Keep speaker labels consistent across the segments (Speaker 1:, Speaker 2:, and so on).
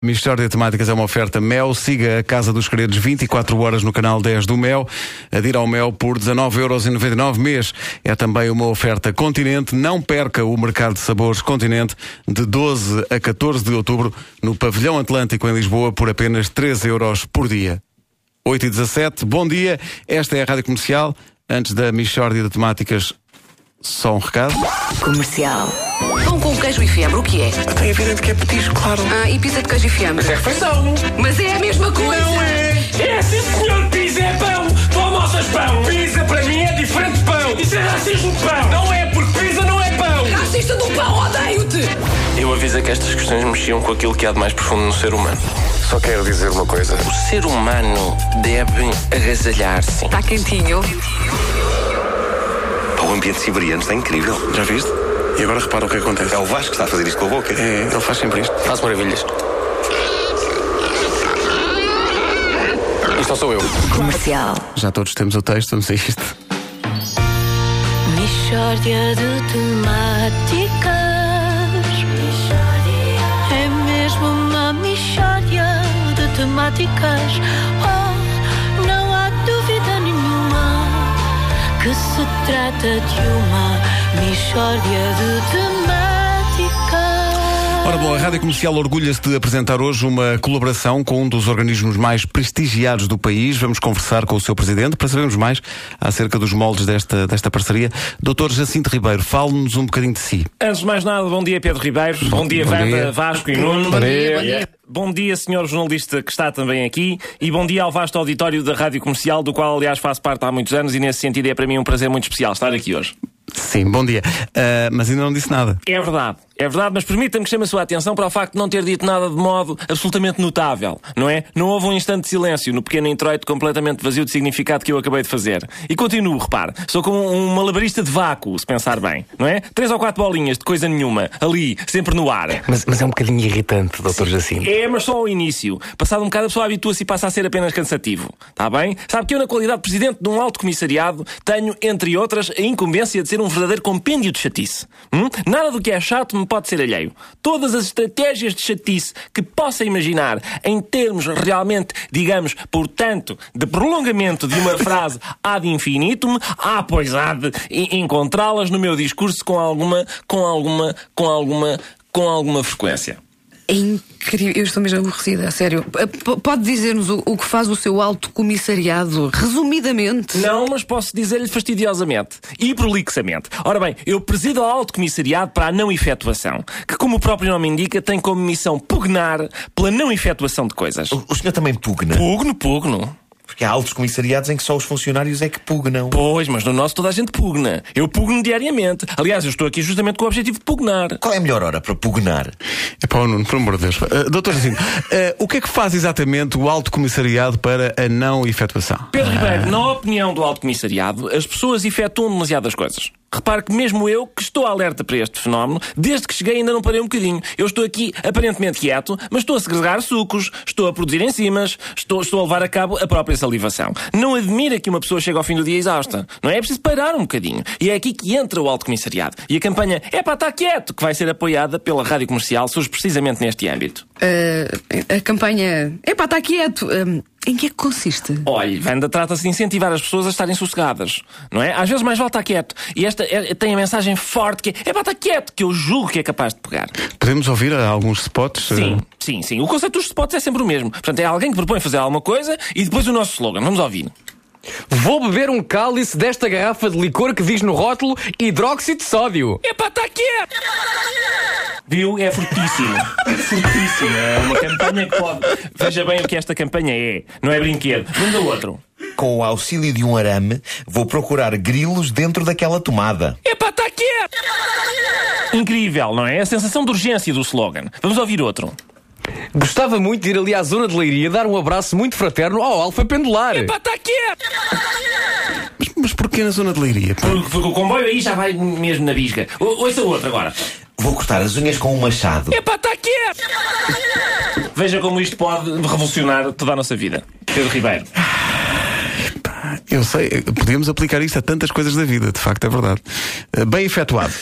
Speaker 1: Mistória de Temáticas é uma oferta Mel. Siga a Casa dos Credos 24 horas no canal 10 do Mel. Adira ao Mel por 19,99€ mês. É também uma oferta Continente. Não perca o Mercado de Sabores Continente de 12 a 14 de outubro no Pavilhão Atlântico em Lisboa por apenas 13 euros por dia. 8 e 17, bom dia. Esta é a Rádio Comercial. Antes da Mistória de Temáticas, só um recado.
Speaker 2: Comercial.
Speaker 3: Pão com queijo e fiambre, o que é?
Speaker 4: É evidente que é petisco, claro.
Speaker 3: Ah, e pizza de queijo e fiambre.
Speaker 4: É refeição.
Speaker 3: Mas é a mesma coisa.
Speaker 4: Não é? É sempre melhor pizza, é pão. Tu almoças pão. Pizza para mim é diferente de pão. Isso é racismo de pão. Não é, porque pizza não é pão.
Speaker 3: Racista do pão, odeio-te!
Speaker 5: Eu aviso que estas questões mexiam com aquilo que há de mais profundo no ser humano.
Speaker 6: Só quero dizer uma coisa.
Speaker 5: O ser humano deve agasalhar-se.
Speaker 3: Está quentinho.
Speaker 6: O ambiente siberiano está incrível.
Speaker 5: Já viste?
Speaker 6: E agora repara o que acontece. É o Vasco que está a fazer isto com a boca.
Speaker 5: É, ele faz sempre isto. Faz maravilhas. Isto não sou eu.
Speaker 2: Comercial.
Speaker 1: Já todos temos o texto, vamos a isto.
Speaker 7: Mishória de temáticas É mesmo uma mishória de temáticas Oh, não há dúvida nenhuma Que se trata de uma mishória de temáticas
Speaker 1: Ora bom, a Rádio Comercial orgulha-se de apresentar hoje uma colaboração com um dos organismos mais prestigiados do país. Vamos conversar com o seu presidente para sabermos mais acerca dos moldes desta, desta parceria. Doutor Jacinto Ribeiro, fale-nos um bocadinho de si.
Speaker 8: Antes de mais nada, bom dia Pedro Ribeiro, bom, dia
Speaker 1: bom
Speaker 8: Wanda,
Speaker 1: dia.
Speaker 8: Vasco e Nuno.
Speaker 1: Bom dia, bom
Speaker 8: dia. Bom dia, senhor jornalista que está também aqui e bom dia ao vasto auditório da Rádio Comercial, do qual aliás faço parte há muitos anos e nesse sentido é para mim um prazer muito especial estar aqui hoje.
Speaker 1: Sim, bom dia. Ah, mas ainda não disse nada.
Speaker 8: É verdade, é verdade, mas permita-me que chame a sua atenção para o facto de não ter dito nada de modo absolutamente notável, não é? Não houve um instante de silêncio no pequeno introito completamente vazio de significado que eu acabei de fazer. E continuo, repare, sou como um malabarista de vácuo, se pensar bem, não é? Três ou quatro bolinhas de coisa nenhuma, ali, sempre no ar.
Speaker 9: Mas, mas é um bocadinho irritante, Dr. Jacinto.
Speaker 8: É, mas só ao início. Passado um bocado a pessoa habitua-se e passa a ser apenas cansativo. Está bem? Sabe que eu, na qualidade de presidente de um alto comissariado, tenho, entre outras, a incumbência de ser um verdadeiro compêndio de chatice. Hum? Nada do que é chato me pode ser alheio. Todas as estratégias de chatice que possa imaginar em termos realmente, digamos, portanto, de prolongamento de uma frase ad infinitum, ah, pois há de e- encontrá-las no meu discurso com alguma, com alguma, com alguma, com alguma frequência.
Speaker 10: É incrível, eu estou mesmo aborrecida, a sério. P- pode dizer-nos o, o que faz o seu alto comissariado, resumidamente?
Speaker 8: Não, mas posso dizer-lhe fastidiosamente e prolixamente. Ora bem, eu presido ao Alto Comissariado para a Não Efetuação, que, como o próprio nome indica, tem como missão pugnar pela não efetuação de coisas.
Speaker 11: O senhor também pugna?
Speaker 8: Pugno, pugno.
Speaker 11: Porque há altos comissariados em que só os funcionários é que pugnam.
Speaker 8: Pois, mas no nosso toda a gente pugna. Eu pugno diariamente. Aliás, eu estou aqui justamente com o objetivo de pugnar.
Speaker 11: Qual é a melhor hora para pugnar?
Speaker 1: É para o Nuno, por amor de Deus. Ah, doutor Jacinto, ah, o que é que faz exatamente o Alto Comissariado para a não efetuação?
Speaker 8: Pedro Ribeiro, na opinião do Alto Comissariado, as pessoas efetuam demasiadas coisas. Repare que mesmo eu, que estou alerta para este fenómeno, desde que cheguei ainda não parei um bocadinho. Eu estou aqui aparentemente quieto, mas estou a segregar sucos, estou a produzir enzimas, estou, estou a levar a cabo a própria salivação. Não admira que uma pessoa chegue ao fim do dia exausta. Não é? É preciso parar um bocadinho. E é aqui que entra o Alto Comissariado. E a campanha É para estar quieto, que vai ser apoiada pela Rádio Comercial, surge precisamente neste âmbito.
Speaker 10: Ah, a campanha. Epá, está quieto. Ah, em que é que consiste?
Speaker 8: Olha, Wanda, trata-se de incentivar as pessoas a estarem sossegadas, não é? Às vezes mais vale estar quieto. E esta é- tem a mensagem forte que é, é para estar quieto, que eu julgo que é capaz de pegar.
Speaker 1: Podemos ouvir ah, alguns spots? ah,
Speaker 8: Sim, sim, sim. O conceito dos spots é sempre o mesmo. Portanto, é alguém que propõe fazer alguma coisa e depois o nosso slogan. Vamos ouvir.
Speaker 12: Vou beber um cálice desta garrafa de licor que diz no rótulo hidróxido de sódio.
Speaker 8: É para estar quieto! Viu? É fortíssimo. fortíssimo. É uma campanha que pode. Veja bem o que esta campanha é. Não é brinquedo. Vamos ao outro.
Speaker 11: Com o auxílio de um arame, vou procurar grilos dentro daquela tomada.
Speaker 8: É para estar quieto! Incrível, não é? A sensação de urgência do slogan. Vamos ouvir outro.
Speaker 12: Gostava muito de ir ali à zona de Leiria dar um abraço muito fraterno ao Alfa Pendular.
Speaker 8: estar quieto!
Speaker 1: Mas, mas porquê na zona de Leiria? pá?
Speaker 8: Porque, porque o comboio aí já vai mesmo na bisga. O- Ouça o outro agora.
Speaker 11: Vou cortar as unhas com um machado.
Speaker 8: para estar quieto! Veja como isto pode revolucionar toda a nossa vida. Pedro Ribeiro.
Speaker 1: Eu sei, podíamos aplicar isto a tantas coisas da vida, de facto, é verdade. Ah, Bem Eh, efetuado.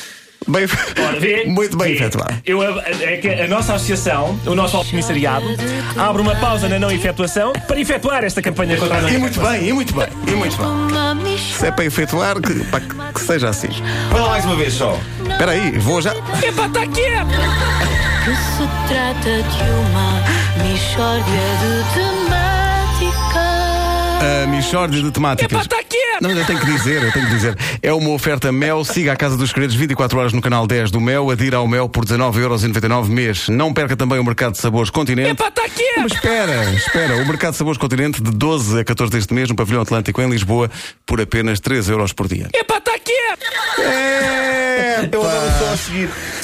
Speaker 1: Bem,
Speaker 8: Ora, vê,
Speaker 1: muito bem efetuado.
Speaker 8: Eu, é que a nossa associação, o nosso alto comissariado, abre uma pausa na não efetuação para efetuar esta campanha contra a não
Speaker 1: E muito
Speaker 8: efetuação.
Speaker 1: bem, e muito bem, e muito bem. Se é para efetuar, que, pá, que seja assim. Põe lá mais uma vez só. Espera aí, vou já.
Speaker 7: Epá, está
Speaker 8: tá é,
Speaker 7: quieto! Que se trata de uma mixórdia de temática.
Speaker 1: A Michórdia de Temáticas.
Speaker 7: Epá, tá
Speaker 8: é.
Speaker 7: quieto!
Speaker 1: Não, eu tenho que dizer, eu tenho que dizer. É uma oferta Mel. Siga a Casa dos Segredos 24 horas no canal 10 do Mel. Adira ao Mel por 19,99€ mês. Não perca também o Mercado de Sabores Continente.
Speaker 7: Epá, está quieto!
Speaker 1: É, Mas espera, espera. O Mercado de Sabores Continente de 12 a 14 deste mês no Pavilhão Atlântico em Lisboa por apenas 3€ euros por dia.
Speaker 7: Epá, está quieto!
Speaker 1: É,
Speaker 7: eu andava só a
Speaker 1: seguir.